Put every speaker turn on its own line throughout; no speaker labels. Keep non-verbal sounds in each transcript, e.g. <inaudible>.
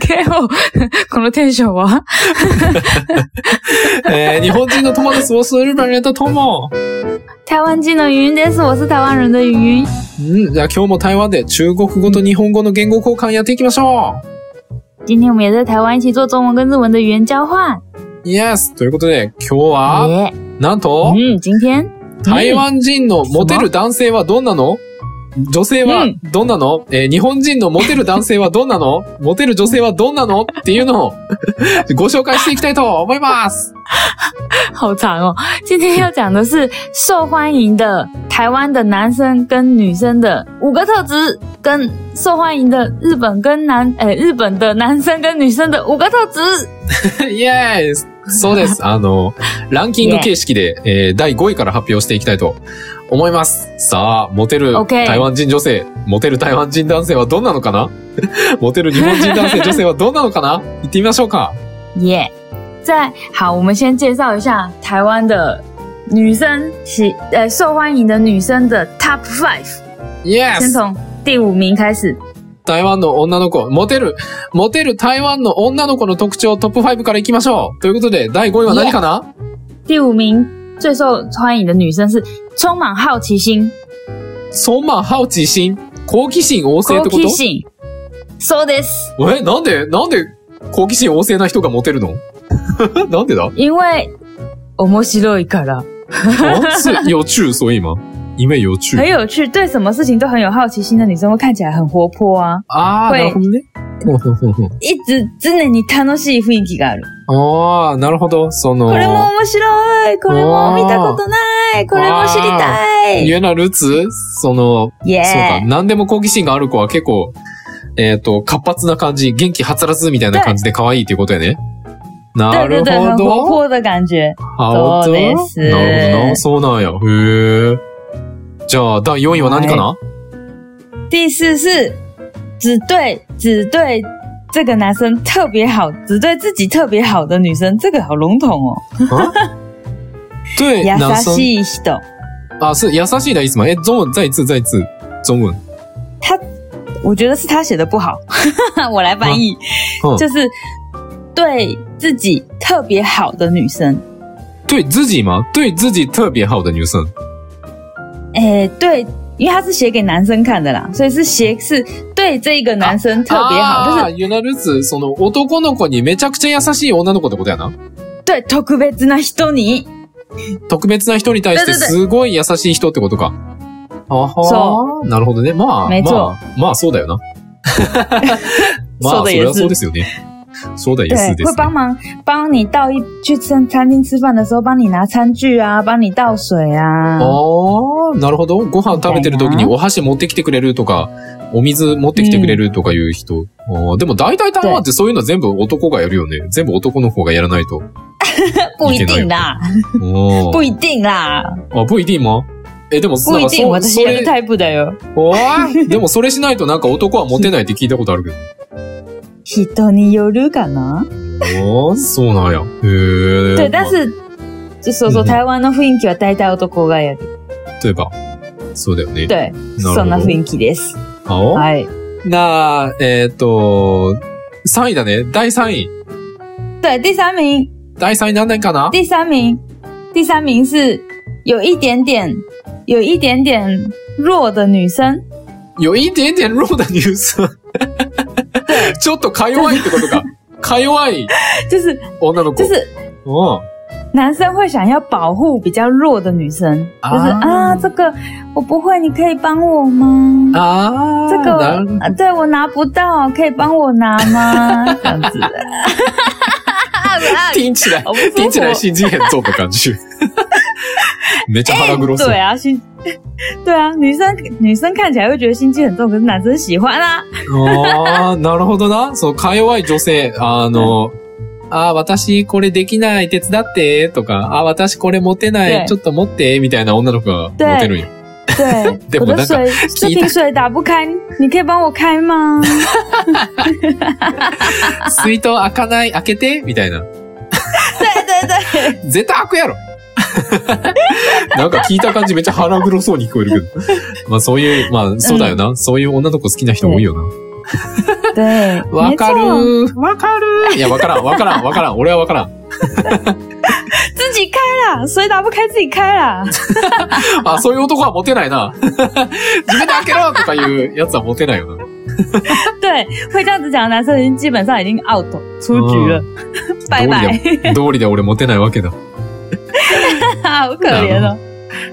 けを、 <laughs> このテンションは
えー日本人的友です，我是日本人的 Tomo。
台湾人的云です。我是台湾人的云云。
うん、じゃあ今日も台湾で中国語と日本語の言語交換やっていきましょ
今天我们也在台湾一起做中文跟日文的语言交换。
う !Yes! ということで、今日は、
耶！
なんと、
嗯，今天
台湾人のモテる男性はどんなの女性は
うん
どんなの、えー日本人のモテる男性はどんなのモテる女性はどんなのっていうのをご紹介していきたいと思います
好长哦。今天要讲的是受欢迎的台湾的男生跟女生的五个特质，跟受欢迎的日本跟男诶日本的男生跟女生的五个特质。
<laughs> !Yes! そうです。あの、ランキング形式で、えー第5位から発表していきたいと思います。さあ、モテる
OK
台湾人女性、モテる台湾人男性はどんなのかな <laughs> モテる日本人男性女性はどんなのかな行ってみましょうか。
耶、在好，我们先介绍一下台湾的女生喜呃受欢迎的女生的 Top Five，
Yes!
先从第五名开始。
台湾の女の子、モテる、モテる台湾の女の子の特徴トップ5からいきましょう。ということで、第5位は何かな
第五名最受欢迎的女生是充满好奇心、
そんまハウチ心、好奇心旺盛っ
好
てこ
奇心。そうです。
とえ、なんで、なんで好奇心旺盛な人がモテるの <laughs> なんでだ
因为面白いから。
嗯あ
<laughs>
是有趣、所以今。因为有趣。
很有趣，对什么事情都很有好奇心的女生会看起来很活泼啊，
あー、なる
はい
ほどね。ふんふんふんふん
一直常に楽しい雰囲気がある。
あー、なるほど。その
こ、れも面白い、これも見たことない、これも知りたい。
原来如此、その、
耶、
そうか、何でも好奇心がある子は結構、えっ、と、活発な感じ、元気はつらつみたいな感じで可愛いっていうことやね。な
对
る
对
ほ
对，很活
ど。
泼的感觉。
あ
そう
な
で
る
す
ほどな。そうなんや。へえ。じゃあ、第4位は何かな、
第四是只对只对这个男生特别好，只对自己特别好的女生，这个好笼统哦。
对，
優
男生。
しい人，
あ、是、優しいだいいっすまん。え、中文、再一次、再一次。中文。
我觉得是他写的不好， <laughs> 我来翻译，
嗯
就是对自己特别好的女生，
对自己吗？对自己特别好的女生。
哎，对。因为他是写给男生看的啦，所以是写是对这个男生特别好，就
あ
是
ー、ユナルツ、その、男の子にめちゃくちゃ優しい女の子ってことやな。
对特别な人に
特別な人に対して
对对对
すごい優しい人ってことか。あは
そ
ーなるほどね。まあ、
没
ま
错
あ、まあそうだよな。まあ、そ
そうだ
れ
よ
はそうですよね。そうだよ
对
すで，す、
会
ね
帮。忙帮你倒一去餐餐厅吃饭的时候，帮你拿餐具啊，帮你倒水
あ。
啊
あ、なるほど。ご飯食べてる時に
みたいな
お箸持ってきてくれるとか、お水持ってきてくれるとかいう人。あーでも大体台湾ってそういうの全部男がやるよね。全部男の方がやらないと。
不一定啦，
お
不
ー
一定啦，
あ、不一定もえ、でも、
不
なん
一
か
定。
そ
我
う
是
そ
写
れ
的、太不得哟。
おーでもそれしないとなんか男はモテないって聞いたことあ <laughs> るけど。
人によるかな？
おーそうなんや。へえ。
对，但是就说说
嗯
台湾の雰囲気は大体男がやる。
对吧？そうだよね。
对，
なるほど
そんな雰囲気です。
好
はい。
那えーっと、3位だね。第3位。
对，第三名，
第3位何年かな
第三名，第三名是有一点点，有一点点弱的女生。
有一点点弱的女生。 <laughs> ちょっとか弱いってことか。か弱い
就是
女の子。
就是
うん
男生会想要保护比较弱的女生，
啊
就是啊，这个我不会，你可以帮我吗？
あー
这个我
なる
啊对我拿不到，可以帮我拿吗？
<laughs>
这样子的， <laughs>
听起来
好
<laughs>
不舒服
听起来心机很重的感觉。めっちゃ腹黒そう
对。啊，心，对啊，女生女生看起来会觉得心机很重，可是男生喜欢
<laughs>
啊。
ああ、なるほどな。そう、か弱い女性、あの、ああ、私これできない、手伝って、とか、ああ、私これ持てな
对
い、ちょっと持って、みたいな女の子が
对
持てるん <laughs> や。
对，
对
我
我
的
那个
水这瓶水打不开，你可以帮我开
<laughs>
吗？
水筒開かない、開けて、みたいな。
对对对，
絶対開くやろ <laughs> なんか聞いた感じめっちゃ腹黒そうに聞こえるけど。まあそういう、まあそうだよな。そういう女の子好きな人多いよな。
对，
わ
没
か
错，
るわかるいや、わからん、わからん、わからん。俺はわからん。
自己开啦，谁打不开自己开啦。
あ、そういう男はモテない <laughs> な。自分で開けろとかいうやつはモテないよな。
<laughs> 对，会这样子讲的男生已经基本上已经 out 出局了，拜拜，
道理で俺モテないわけだ。
<laughs> 好可怜
啊
哦。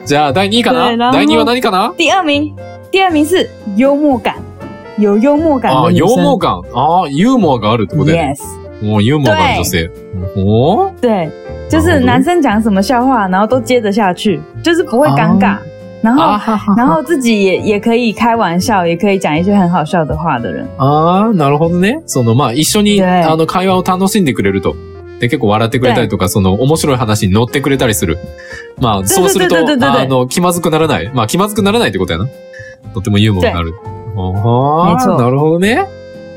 じゃあ、第2位か
そうやな
な第2位は何かな
第二名，第二名是幽默感，有幽默感
あ
的
あ、
女
啊幽
生。
默感。ああ、ユーモアがあるってことやね。
Yes，
もうユーモアがある女性。おー
对，
啊
就是男生讲什么笑话，然后都接得下去，就是不会尴
啊
尬，然后
あはは
<laughs> 然后自己也也可以开玩笑，也可以讲一些很好笑的话的人。
ああ、なるほどね。その、まあ、一緒に、
对
あの、会話を楽しんでくれると。で、結構笑ってくれたりとか、その、面白い話に乗ってくれたりする。まあ、そうすると、
对对对对对对
あの、気まずくならない。まあ、気まずくならないってことやな。とてもユーモアがある。
没
ああ、
错
なるほどね。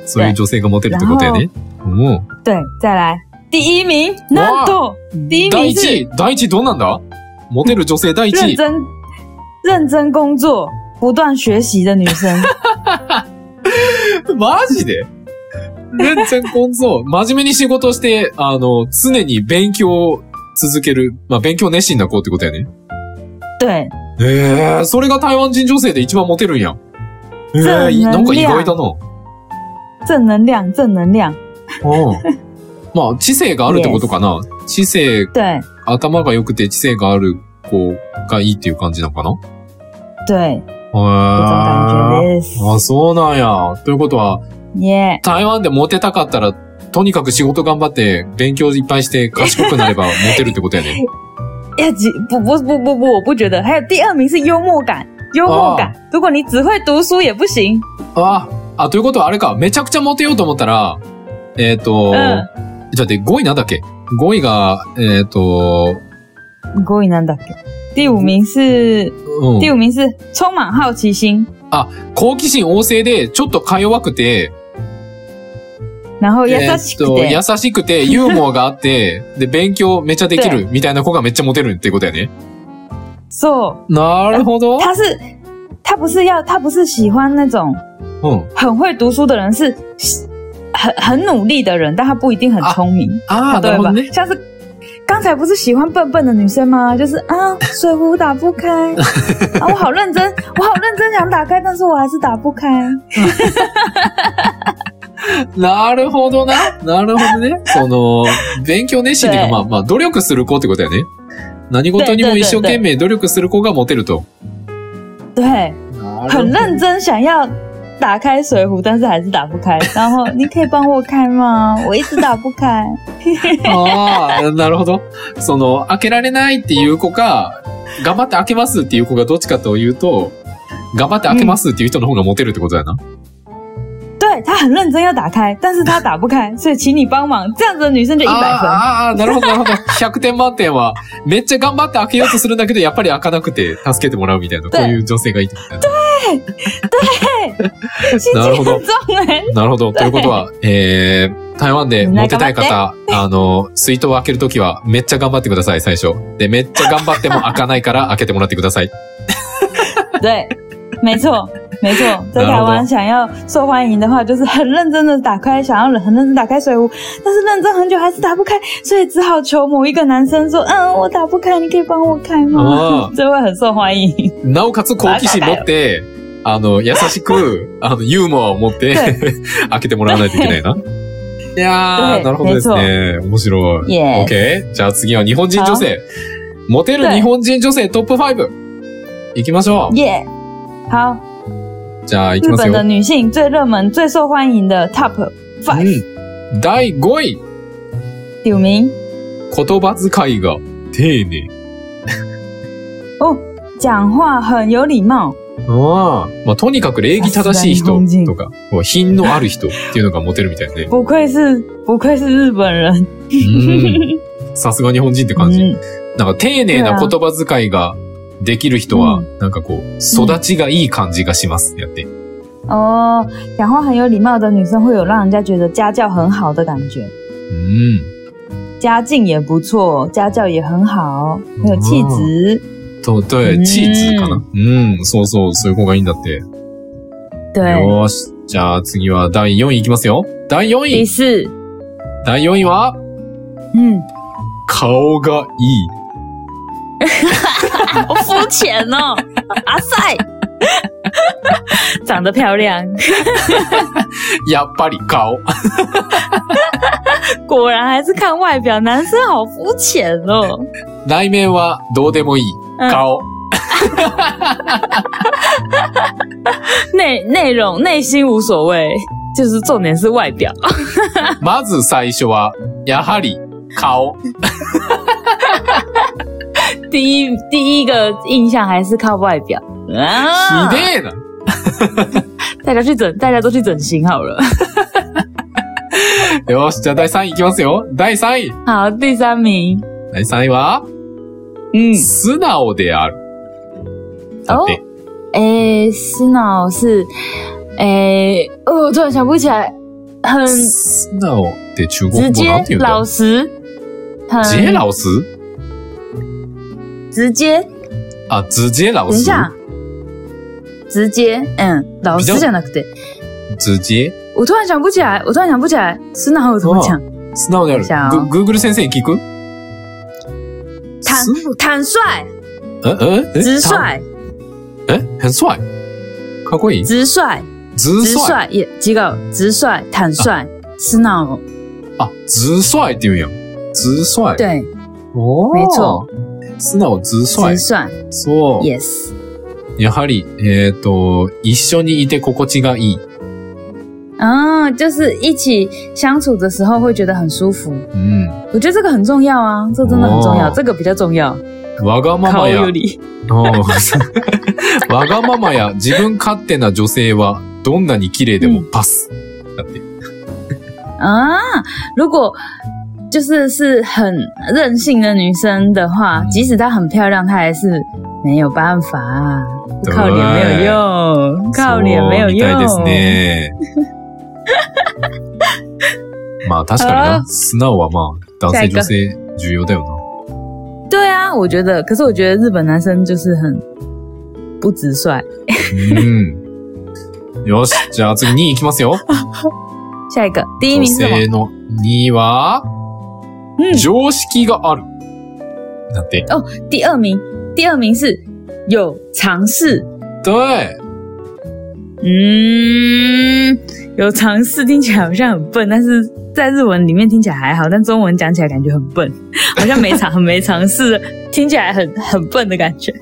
そういう女性がモテるってことやね。うん。
对，再来第一名，
哇嗯
难度第一
第
名是
一位、第一位どうなんだモテる女性第一
认
位。
真认真工作、不断学习的女
<laughs>
生。
マジで全然こんぞ。真面目に仕事して、あの、常に勉強を続ける。まあ、勉強熱心な子ってことやね。
对，
ええそれが台湾人女性で一番モテるんや。ええ
そうね
なんか意外だな。
正能量，正能量。
うん。まあ、知性があるってことかな。知性、
对
頭が良くて知性がある子がいいっていう感じなのかな
对，这种感
へえ。
觉
あ、そうなんや。ということは、
です。耶、
台湾でモテたかったら、とにかく仕事頑張って、勉強いっぱいして、賢くなればモテるってことやね。
要几不不不不不，我不觉得。还有第二名是幽默感，幽默感。如果你只会读书也不行。
ああ、あ、ということはあれか、めちゃくちゃモテようと思ったら、えっ、と、
うん
ちょっと待って、5位なんだっけ ?5 位が、えっ、と、
五位なんだっけ？第五名是、
う
第
ん、
五名是充满好奇心，
好奇心旺盛で、ちょっとか弱くて、
然后優
え
し
ー
く
と、
て
優しくて、ユーモアがあって、 <laughs> で、勉強めちゃできるみたいな子がめっちゃモテるってことやね。
so
なるほど。
他是他不是要他不是喜欢那种
うん。
很会读书的人，是很很努力的人，但他不一定很聪明。
ああ、な
啊对
るほど
吧
ね？。
像是刚才不是喜欢笨笨的女生吗？就是啊，水壶打不开啊，我好认真，我好认真想打开，但是我还是打不开。
なるほどな。な
<laughs>
るほどね。その、勉強熱心っていうか、
对
まあまあ、努力する子ってことやね。何事にも一生懸命努力する子がモテると。
对，
な
很认真想要打开水壶，但是还是打不开。然后你可以帮我开吗？我一直打不开。
ああ、なるほど。その、開けられないっていう子か、頑張って開けますっていう子がどっちかというと、頑張って開けますっていう人の方がモテるってことだな。
对他很认真要打开，但是他打不开，所以请你帮忙。这样子的女生就一
あ
百分。
あ、ああ、なるほど、なるほど。100点満点は、めっちゃ頑張って開けようとするんだけど、やっぱり開かなくて助けてもらうみたいな、こういう女性がいいってことだな。
心
なるほ
机很
ど
重哎、
なるほど。ということは、えー、台湾でモテたい方、あの、水筒を開けるときは、めっちゃ頑張ってください、最初。で、めっちゃ頑張っても開かないから、開けてもらってください。
<laughs> 对，没错，没错，在台湾想要受欢迎的话，就是很认真的打开，想要很认真地打开水壶，但是认真很久还是打不开，所以只好求某一个男生说：“嗯，我打不开，你可以帮我开
哦？”
吗 <laughs> 这会很受欢迎。
なおかつ好奇心持って、あの、優しく、
<laughs>
あの、ユーモアを持って、 <laughs> 開けてもらわないといけないな。いや
は
ー、
い
なるほどですね。面白い。
耶、
OK? じゃあ次は日本人女性。モテる
はい
日本人女性トップ5。行きましょ
耶、好，
う。じゃあ行き
日
ます
本
よ。
的女性最热门、最受欢迎的 Top Five、
うん。第5位。
第五名
言葉遣いが丁寧。
哦，讲话很有礼貌。
ああ。まあ、とにかく礼儀正しい
さ
人
すが日本人
とか、品のある人っていうのがモテるみたい
<laughs>
ね。
不愧是不愧是日本人， <laughs>
うん。さすが日本人って感じ。
嗯
なんか丁寧な言葉遣いができる人は、
う
なんかこう、育ちがいい感じがします。やって。
哦，讲话很有礼貌的女生会有让人家觉得家教很好的感觉，
うん。
家境也不错，家教也很好，很有气质。
と、と、
うん
チーズかな。うん、そうそう、そういう子がいいんだって。
对，
よーし。じゃあ次は第4位いきますよ。第4
第
位
四，
第4位は、
嗯，
顔がいい。
好肤浅哦，阿塞，长得漂亮，
やっぱり顔。
果然还是看外表，男生好肤浅 <laughs> 哦。
内面はどうでもいい。
嗯
顔。
内内容内心无所谓，就是重点是外表。
まず最初は、やはり、顔。
第一第一个印象还是靠外表啊
ひでえな。
大家去整，大家都去整形好了。
よし、じゃあ第3位いきますよ。第3位。
好，第三名，
第3位は、
嗯，
素直である。だって、
诶，思脑是，诶，哦，我突然想不起来，很
素直って中国
直
語
接
なんて言うんだ
老实，很
ジェラオス
直接。
あ、ズジェラオ
等一
ス
下，直接，嗯，老
比
师
较
讲的不对，
ズジェ
我突然想不起来，我突然想不起来，思脑有怎么讲？
素直で
じゃ
あ
あ
る。グーグル先生に聞く
坦
素
坦率、
えええ
直。率、
え很帅。かっこいい
直率、
ズ
直
帅。
率也几个直率、坦率、思脑，
あ、ズ帅って言うんや。ズ帅。
对，
おー
没错。
素直ズ帅
直。率
そ
哦
う。
，yes，
やはり、えっ、と、一緒にいて心地がいい。
嗯，就是一起相处的时候会觉得很舒服，
うん。
我觉得这个很重要啊，这真的很重要，
哦
这个比较重要。
わがまま
顔
や
有。理，
うん <laughs> わがままや自分勝手な女性はどんなに綺麗でもパス。だって。
啊，如果就是是很任性的女生的话，即使她很漂亮，她还是没有办法、啊，
对
靠脸没有用，靠脸没有
そうみたいです
用。 <laughs>
ね。まあ確かに
あ
な。素直はまあ、男性女性重要だよ
对啊，我觉得，可是我觉得日本男生就是很不直率。
な。う
<laughs>
ん。よし、じゃあ次2位いきますよ。
下一个第一
女
名是什么？
性の2位は、
うん
常識がある。だって。
第二名，第二名是有尝试。
对。
嗯，有尝试听起来好像很笨，但是在日文里面听起来还好，但中文讲起来感觉很 <laughs> 笨，好像没尝很没尝试，听起来很很笨的感 <laughs> 觉。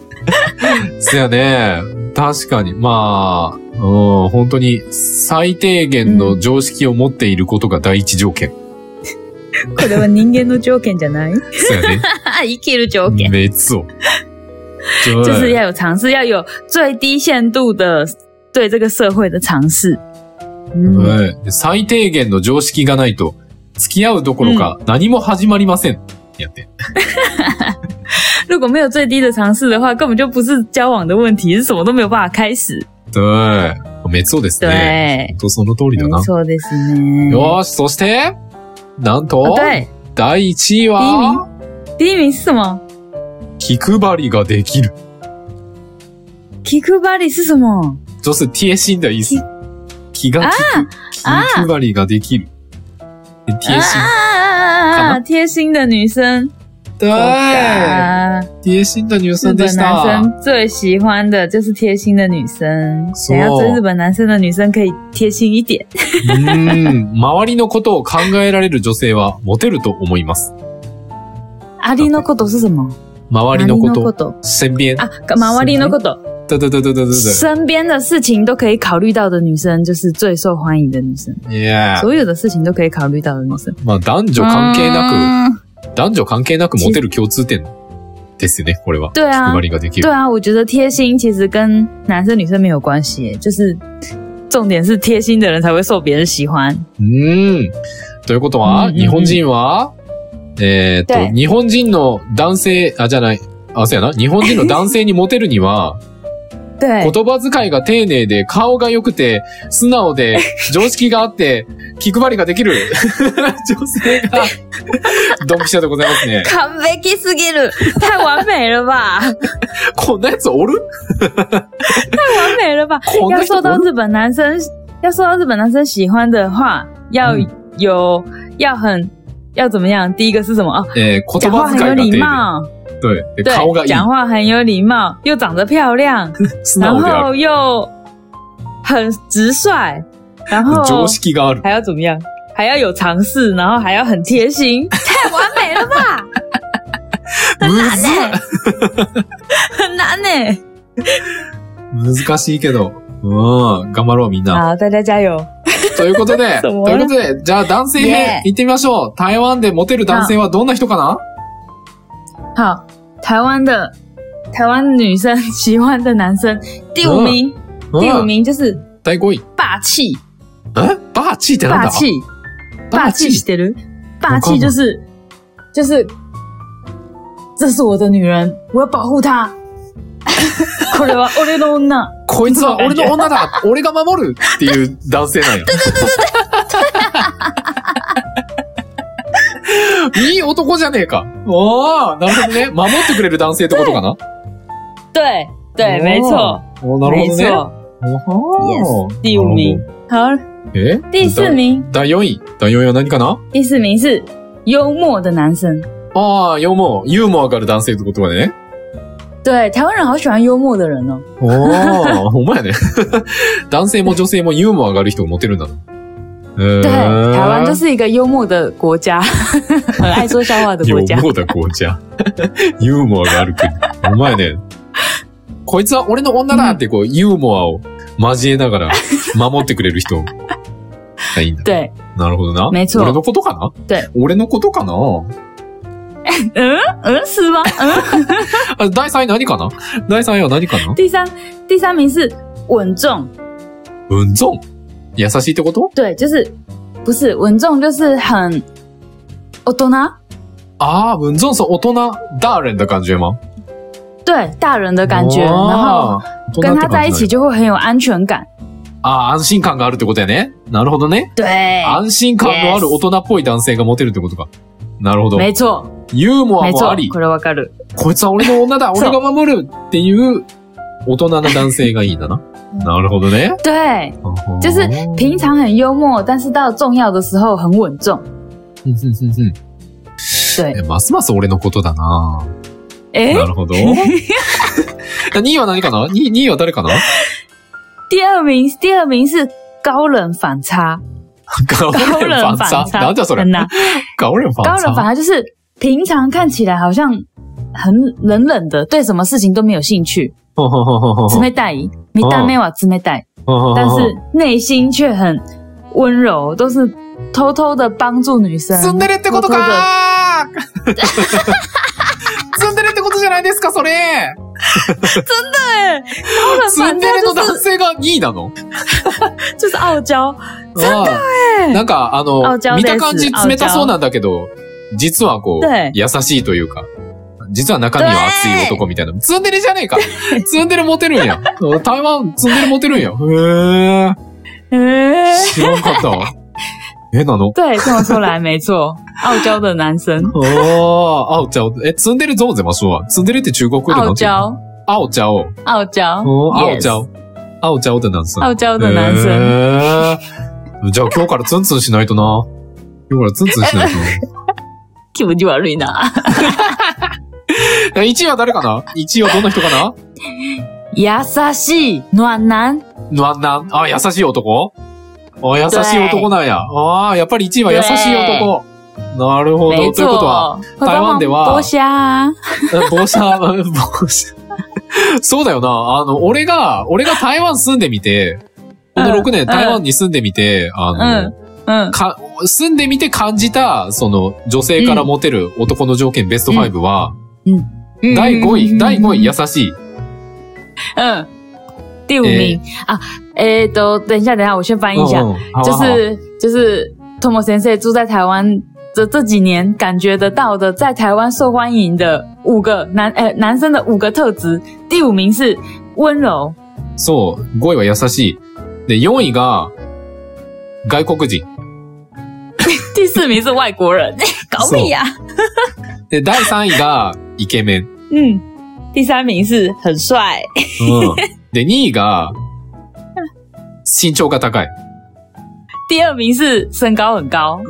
そやね。確かに。まあ、うん、本当に最低限の常識を持っていることが第一条件。
これは人間の条件じゃない？
そや <laughs> ね。
<laughs> 生きる条件
別 <laughs> を。对
就是要有尝试，要有最低限度的对这个社会的尝试。嗯，
はいで最低限の常識がないと、付き合うどころか何も始まりません。やって。
如果没有最低的尝试的话，根本就不是交往的问题，是什么都没有办法开始。
はい。めっそうです
对，
ね。本当その通りだ
没
な。
错啊ですね。
よーし、そして、なん
哦
と、
对，
第1位は、
第一名是什么？
気配りができる。
気配り是什么？
就是贴心的意思。気が利く。
あ
気配りができる。で贴心。
啊
好
贴心的女生，
对。贴心的女
日
生で
本
し
男
た。
生最喜欢的就是贴心的女生。想要追日本男生的女生可以贴心一点。
うーん。周りのことを考えられる女性はモテると思います。
阿里のこと是什么？
周りのこ
周り
と。
こと
身边。
啊，周りのこと，
对对对对对对
身边的事情都可以考虑到的女生，就是最受欢迎的女生。
对。いやー
所有的事情都可以考虑到的女生，
まあ男女関係な
嗯
く、男女関係なくモテる共通点ですよね、これは。
对啊
配，りができる。
对啊，我觉得贴心其实跟男生女生没有关系耶，就是重点是贴心的人才会受别人喜欢。
うーん。ということは、
うんうんうん
日本人は、えーっ
对
と、日 <laughs> 本人の男性、あ、じゃない、あ、そうやな。日本人の男性にモテるには、
对，
言葉遣いが丁寧で、顔が良くて、素直 <laughs> で、常識があって、気配りがで <laughs> きる女性が、ドンピシャでございますね。
完璧すぎる，太完美了吧，
こんなやつおる
太完美了吧！
こん
要
な人
受
お
到
る
日本男生，要受到日本男生喜欢的话，要
嗯
有、要很要怎么样？第一个是什么？哦，
えー言
讲话
葉
很
遣いが丁
有礼
寧。
貌，
对。で
对
顔がい，い。
讲话很有礼貌，又长得漂亮，
素
然
直であ
后
る。
又很直率，然后
常識がある。
还要怎么样？还要有尝试，然后还要很贴心， <laughs> 太完美了吧？ <laughs>
む
很
ず
难呢、很难呢、
難しいけど。うん。頑張ろう、みんな。
好，大家加油！
ということ <laughs> で、
そ
とい
う
うことで、じゃあ男性
ね
編行ってみましょう。台湾でモテる男性はどんな人かな
好，台湾的台湾女生喜欢的男生第五名，第五
うん。
名就是
第5位。
霸气，
えバーチーってなんだ
霸气，啊霸气啊してる，霸气就是就是，这是我的女人，我要保护 <laughs> 她。これは俺の女。
こいつは俺の女だ俺が守るっていう男性 <laughs> なんや。いい男じゃねえか。おー、なるほどね。守ってくれる男性ってことか <laughs> な
对对，
おー
没错，
おーなるほ
没
どね。
错。
おー
第五名
なる。
好，
ほどえ
第四。名，
だ第4位。第4位は何かな
第四名是幽默的男生。
ああ、ユーモア、ユーモアがある男性ってことかね。
对，台湾人好喜欢幽默的人哦。
おー、ほんまやね。 <laughs> 男性も女性もユーモアがある人をモテるんだな。えー
对，台湾就是一个幽默的国家， <laughs> 很爱说笑话的国
幽
家。
默だ紅茶。ユーモアがある国。お前ね。こいつは俺の女だってこう、ユーモアを交えながら守ってくれる人。がいいんだ。
对，
なるほどな。
没错
俺のことかな
对
俺のことかな
嗯嗯，是吗？嗯， <laughs>
あ第3位何かな第3位は何かな
第三第三名是稳重，
うんぞん。優しいってこと
对，就是不是稳重，就是很啊大人，
ああ、うんぞんそう、大人、ダーレンだ感じやま。
对大人的感觉，
あー
然后
大人
跟
って感じな
他
ん
在
や
一起就会很有安全感。
ああ、安心感があるってことやね。なるほどね。
对，
安心感のある大人っぽい男性がモテるってことか。なるほど。
没错，
ユーモア
没
も
错
あり、、
これわかる。
こいつは俺の女だ、
そう
俺が守るっていう大人な男性がいいんだな。なるほどね。
对，就是平常很幽默，但是到重要的时候很稳重。
うんうんうんうん
对
え、ますます俺のことだな
哎、
なる <laughs> ほど。2位は何かな ?2 位は誰かな
第二名，第二名是高冷反差，
ガオレ
高
ンファ
冷
ン
反
サ
差
なんだそれ
很。难。
ガオレンファ
高
ン
冷
サ
反差就是平常看起来好像很冷冷的，对什么事情都没有兴趣，
ほほほほほ
冷たい，見た目は冷たい，
ほほほ
但是内心却很温柔，都是偷偷的帮助女生。
ツンデレってこと
偷偷地
かーツンデレってことじゃないですか、それ
对，高冷
ツン
反
デ
差
レの
就
男
是
性が2位なの
<laughs> 就是傲娇，
ああなんか、あ
青椒
の、見た感じ
です
冷たそうなんだけど、実はこう
对、
優しいというか、実は中身は熱い男みたいな。ツンデレじゃねえかツンデレモテるんや。台湾、ツンデレモテるんや。へ
哎、
え、知らんかったわ。え、なの
对，这么说来没错，傲娇的男生，
ああ、あおちゃお。え、ツンデレゾーゼマシュは。ツンデレって中国語で
傲
何て言うの
娇，
あおちゃお。
傲娇
あおちゃ
，yes，
お。あおちゃおってなんす
傲娇的男生。
呃へえじゃあ今日からツンツンしないとな。今日からツンツンしないとな。
<laughs> 気持ち悪いな。
1位は誰かな ?1 位はどんな人かな
優しい暖男。
なんなんあ、優しい男あ、優しい男なんや。ああ、やっぱり1位は優しい男。なるほど。とい
没
うことは、
错，会
台湾
帮
で
忙
は
剥虾啊。
帽子は、 <laughs> 帽子。そうだよな。あの、俺が、俺が台湾住んでみて、この6
う
年
ん
台湾に住んでみて、あの、
嗯，
か住んでみて感じた、その、女性からモテる男の条件ベスト5は、第5位、第5位、優しい。哎
嗯，第五名啊，诶，都等一下，等一下，我先翻译一下，
うんうん好啊
就
好啊
是就是托莫先生住在台湾的这几年感觉得到的，在台湾受欢迎的五个男呃男生的五个特质，第五名是温柔，
そう、5位は優しい。で、4位が、外国人。
第四名是外国人， <laughs> 哦搞屁啊呀、
で、第3位が、イケメン。うん。
嗯，第三名是很帅， <laughs>
で、2位が、身長が高い。
第二名是身高很高，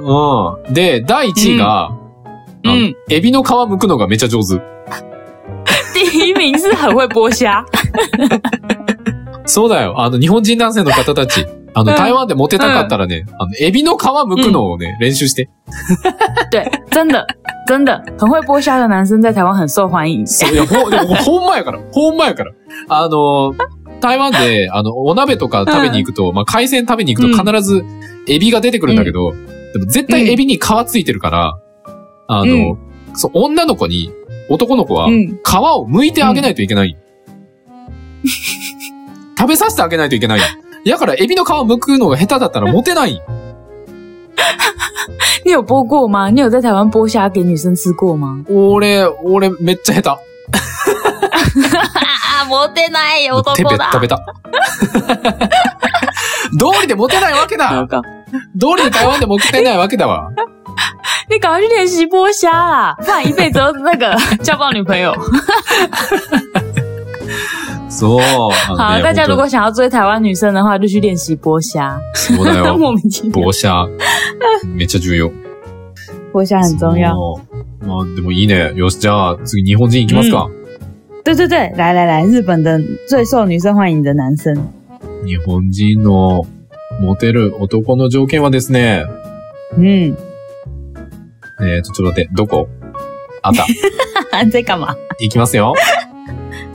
うん。で、第1位が、
うん
あの
うん
エビの皮剥くのがめっちゃ上手。
第一名是很会剥 <laughs> 虾，
そうだよ。あの、日本人男性の方たち。あの、
うん
台湾でモテたかったらね、あの、エビの皮剥くのをね、練習して。
对，真的真的很会剥虾的男生在台湾很受欢迎。
そう、いや、ほん、でもほんまやから。ほんまやから。あの、台湾で、あの、お鍋とか食べに行くと、まあ、海鮮食べに行くと必ず、エビが出てくるんだけど、でも絶対エビに皮ついてるから、あの、そう、女の子に、男の子は、
嗯，
皮を剥いてあげないといけ <laughs> ない。食べさせてあげないといけない。やから、エビの皮剥くのが下手だったらモテない。
你有剥过吗？你有在台湾剥虾给女生吃过吗？
俺、俺、めっちゃ下
<laughs> 啊，摩天奶
手。手べ
啊
食べた。 <laughs> 道理でモテないわけだ道理で台湾でモテないわけだわ。
你赶快去练习剥虾啦，不然一辈子都是那个 <laughs> 交不到女朋友。
そう。
好，
あのね
大家如
本
果想要追台湾女生的话，就去练习剥虾。
当そうだよ。
<laughs> 莫名其妙，
防射。めっちゃ重要。
剥虾很重要。
そう。まあ、でもいいね。よし、じゃあ、次日本人行きますか。
对对对，来来来，日本的最受女生欢迎的男生，
日本人のモテる男の条件はですね、
嗯，
えーと、ちょっと待って、どこあった。
<laughs> 在干嘛？
行きますよ。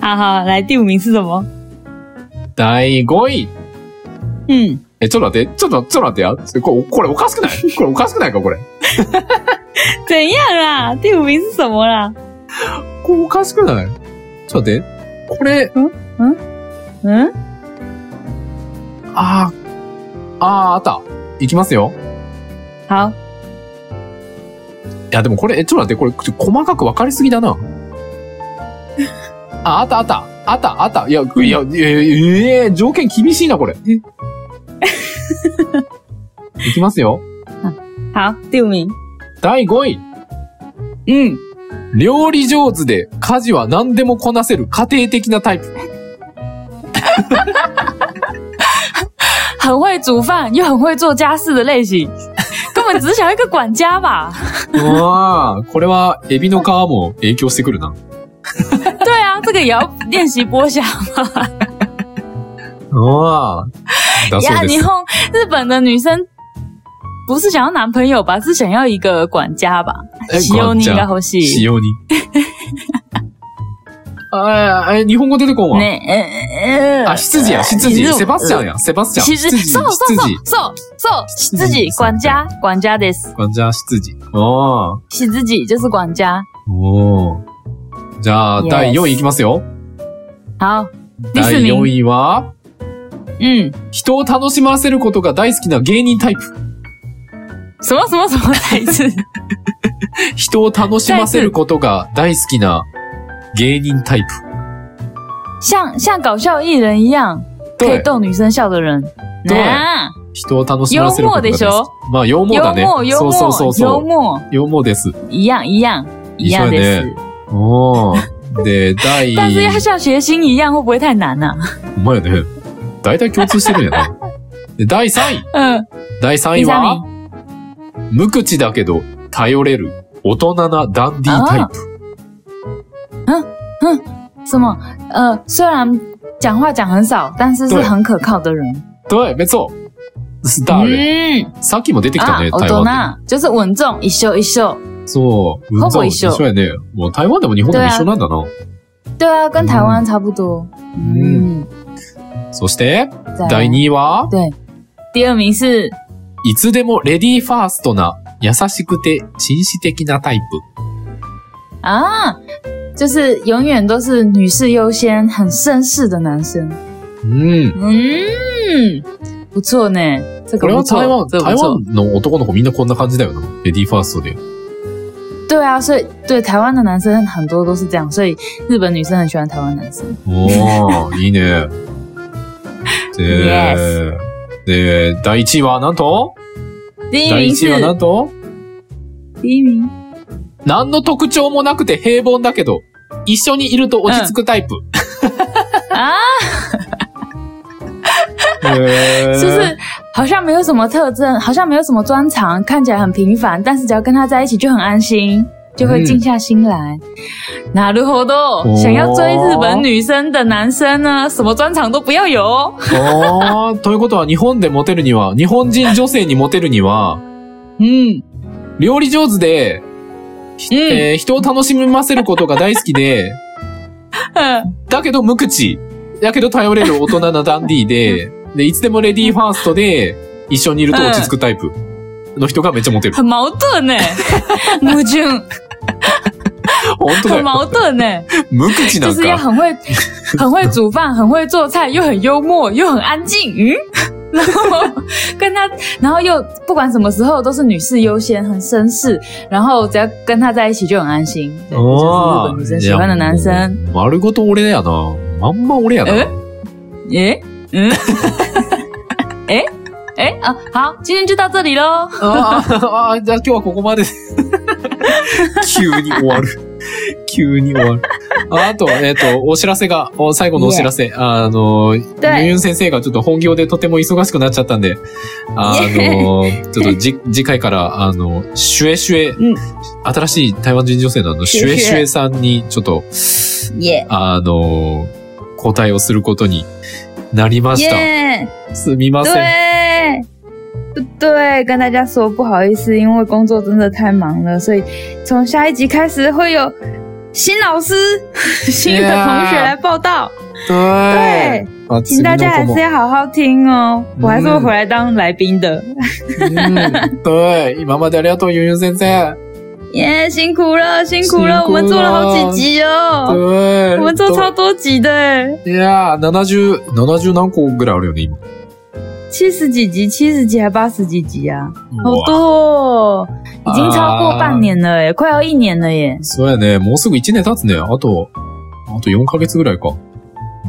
好好，来第五名是什么？
第5位。
嗯，
え、ちょっと待って、ちょっと、ちょっと待ってや。これ、これおかしくないこれおかしくないか、これ。
怎样啦？第五名是什么啦？
これおかしくないちょっと待って。これ、
嗯，
あー、あー、あった。いきますよ。
好，
いや、でもこれ、え、ちょっと待って、これ、ちょ細かく分かりすぎだ
<laughs>
な。あ、あった、あった。あった、あった。いや、いや、いやいやいやえー、条件厳しいな、これ。 <laughs> いきますよ。
好，第五名，
第5位。
嗯，
料理上手で家事は何でもこなせる家庭的なタイプ。
很会煮饭又很会做家事的类型， <laughs> 根本只想要一个管家吧？
わあ、これはエビの皮も影響してくるな。
对啊，这个也要练习剥 <laughs> 虾。
わあ、だそう
呀，
で
你
す。
后日本的女生不是想要男朋友吧，是想要一个哎管家吧？
え
使用人が欲しい。
使用
<laughs>
人。ああ、え、日本語出てこんわ。
ね <laughs> え、
あ、羊
啊
や、羊。セバスチャンや、セバスチャン。
羊、そ
羊、
うそうそう
羊。、
そう、そう、羊、管家、管家です。
じゃあ、羊。ああ。
羊就是管家。
おーじゃあ、
Yes
第4位いきますよ。
好，リス
第
ニン
4位は、
嗯，
人を楽しませることが大好きな芸人タイプ。
什么什么什么台
<laughs>
词？
人を楽しませることが大好きな芸人タイ
像像搞笑艺人一样，
プ。
可以逗女生笑的人。
对
啊
人を楽しませることが大好き
幽默でし。
まあ、幽
幽
默だね。
默，幽
そうそうそう、
默幽
そう。
默，
幽默です。
一样一样一样
一緒
的
や
事
ね。おーで、第、
但是要像谐星一样，会不会太难啊呢？
お前ね、大体共通してるんやな。で、第3位。
嗯，
第3位
第
は
三名，
無口だけど頼れる大人なダンディータイプ。
什么？呃，虽然讲话讲很少，但是是
对
很可靠的人。
对、没错。スターレ。
嗯。
さっきも出てきた
啊
ね、，
大
台湾で。
人就是稳重，一秀一秀。
そう。
ほぼ一緒
うんそうやね。もう台湾でも日本でも一緒なんだな。
对啊，跟台湾差不多。嗯，
そして、
再来
第2位は、
对，第二名是
いつでもレディーファーストな優しくて紳士的なタイプ。
啊，就是永远都是女士优先、很绅士的男生。
うん。
嗯，不错呢，这
こ
个
れ
不
は
错
啊台湾、，
这个
台
不错
湾。の男の子みんなこんな感じだよな。レディーファーストで。
对啊，所以对台湾的男生很多都是这样，所以日本女生很喜欢台湾男生。
おー、いいね。で、で、第1位はなんと
第一
第
名
1位はなん
是
と
第一名，
何の特徴もなくて平凡だけど、一緒にいると落ち着くタイプ。
啊，
へー
就是好像没有什么特征，好像没有什么专长，看起来很平凡，但是只要跟他在一起就很安心，就会静下心来。なるほ
哦
ど，想要追日本女生的男生呢，什么专长都不要有哦。
あーということは日本でモテるには、日本人女性にモテるには、
嗯
料理上手で、
嗯
えー人を楽しませることが大好きで、
嗯
だけど無口。だけど頼れる大人なダンディーで、で、いつでもレディーファーストで、一緒にいると落ち着くタイプの人がめっちゃモテる。
很矛盾呢，矛盾，
本当だ
很
よ。
矛盾呢，
無口な
就
ん
是要
か。
很会、很会煮饭、很会做菜，又很幽默，又很安静，嗯， <laughs> 然后跟他，然后又不管什么时候都是女士优先，很绅士，然后只要跟他在一起就很安心。对，
哦
这就是日本女生喜欢的男生。
いやもう丸ごと俺だよな。まんま俺やな。
え耶，嗯， <laughs> 哎哎啊，好，今天就到这里喽。
あーあー、じゃあ今日はここまで。急に終わる。急に終わる。ああと、えっ、と、お知らせが、お最後のお知らせ。あの、ユ
对
ユン先生がちょっと本業でとても忙しくなっちゃったんで、あ <laughs> の、ちょっとじ次回から、あの、シュエシュエ、
うん
新しい台湾人女性のあの、シ
シ
ュ
ュ
エ
エ
シ
シュエ
ュエさんに、ちょっと、
耶
あの、交代をすることになりました。
耶。
すみません。
对，对，跟大家说不好意思，因为工作真的太忙了，所以从下一集开始会有新老师、 <laughs> 新的同学来报道。对，
あ
请大家还是要好好听哦，我还是会
嗯
回来当来宾的。
嗯，对，今までありがとう、ユンユン先生。
耶、辛苦了，辛苦
辛
了，
苦
我们做了好几集哦，
对，
我们做超多集的，
いやー、70、70何個ぐらいあるよね、今。
七十几集、七十集还八十几集啊，好
う
多、
わ
哦，已经超过半年了耶，快要一年了耶。
そうやね、もうすぐ1年経つね。あと、あと4ヶ月ぐらいか。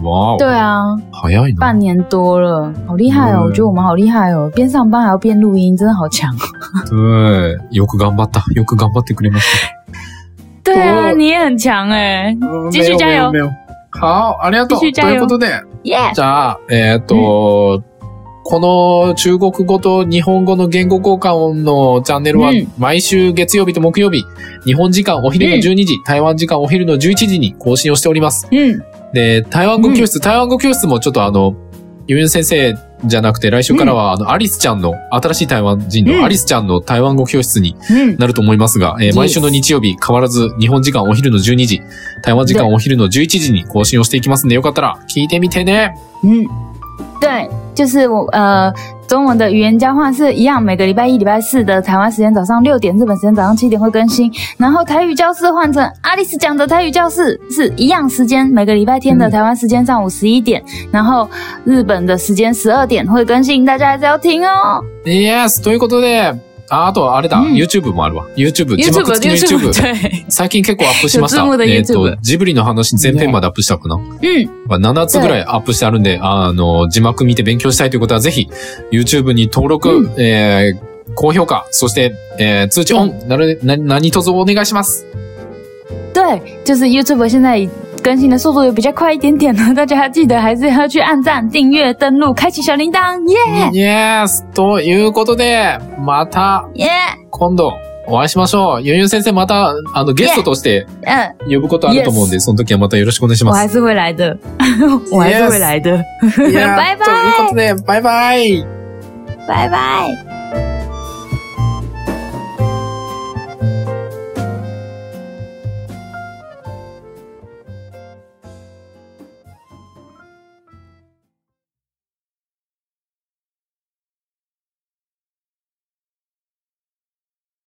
わ
对
ー
啊，
お、早いな
半。年多了，好厉害哦！
嗯
我觉得我们好厉害哦，边上班还要边录音，真的好强。
对，よく頑張った。よく頑張ってくれまし
对啊，
哦
你也很强哎，
た。うん
继续加油
没有没有没有好、ありがとう。と
继续加油
いうことで、
耶、
じゃあ、えーっと、この中国語と日本語の言語交換のチャンネルは
うん
毎週月曜日と木曜日、日本時間お昼の12時、台湾時間お昼の11時に更新をしております。
嗯，
で、台湾語教室、台湾語教室もちょっとあの、ゆめ先生じゃなくて来週からはあの、アリスちゃんの、新しい台湾人
うん
のアリスちゃんの台湾語教室に
嗯，
なると思いますが、えー
Yes
毎週の日曜日変わらず日本時間お昼の12時、台湾時間お昼の11時に更新をしていきますんで、よかったら聞いてみてね。
嗯，对，就是我呃，中文的语言交换是一样，每个礼拜一、礼拜四的台湾时间早上六点，日本时间早上七点会更新。然后台语教室换成阿丽丝讲的台语教室是一样时间，每个礼拜天的
嗯
台湾时间上午十一点，然后日本的时间十二点会更新，大家还是要听哦。
Yes! ということで、あ、あとはあれだ、
うん
YouTube もあるわ。YouTube、字幕
YouTube
付きの
YouTube
YouTube。
对。
最近結構アップしました。
字幕で YouTube
えっ、と、ジブリの話全編までアップしたかな。
嗯，
7つぐらいアップしてあるんで、あの、字幕見て勉強したいということは、ぜひ、YouTube に登録、
う
えー高評価、そして、えー通知オン、なる、な、何卒お願いします。
对，就是 YouTube 现在更新的速度也比较快一点点了， <laughs> 大家记得还是要去按赞、订阅、登录、开启小铃铛，
嗯
耶
Yes! ということで、また、
耶！
今度、お会いしましょう。ゆんゆん先生、また、あの、ゲストとして
嗯，
呼ぶことあると思うんで、その時はまたよろしくお願いし
我
ま
还
す。
是会来的， <laughs> 我还是会来的，
いや
バイバイ
ということで、バイバイ
拜拜。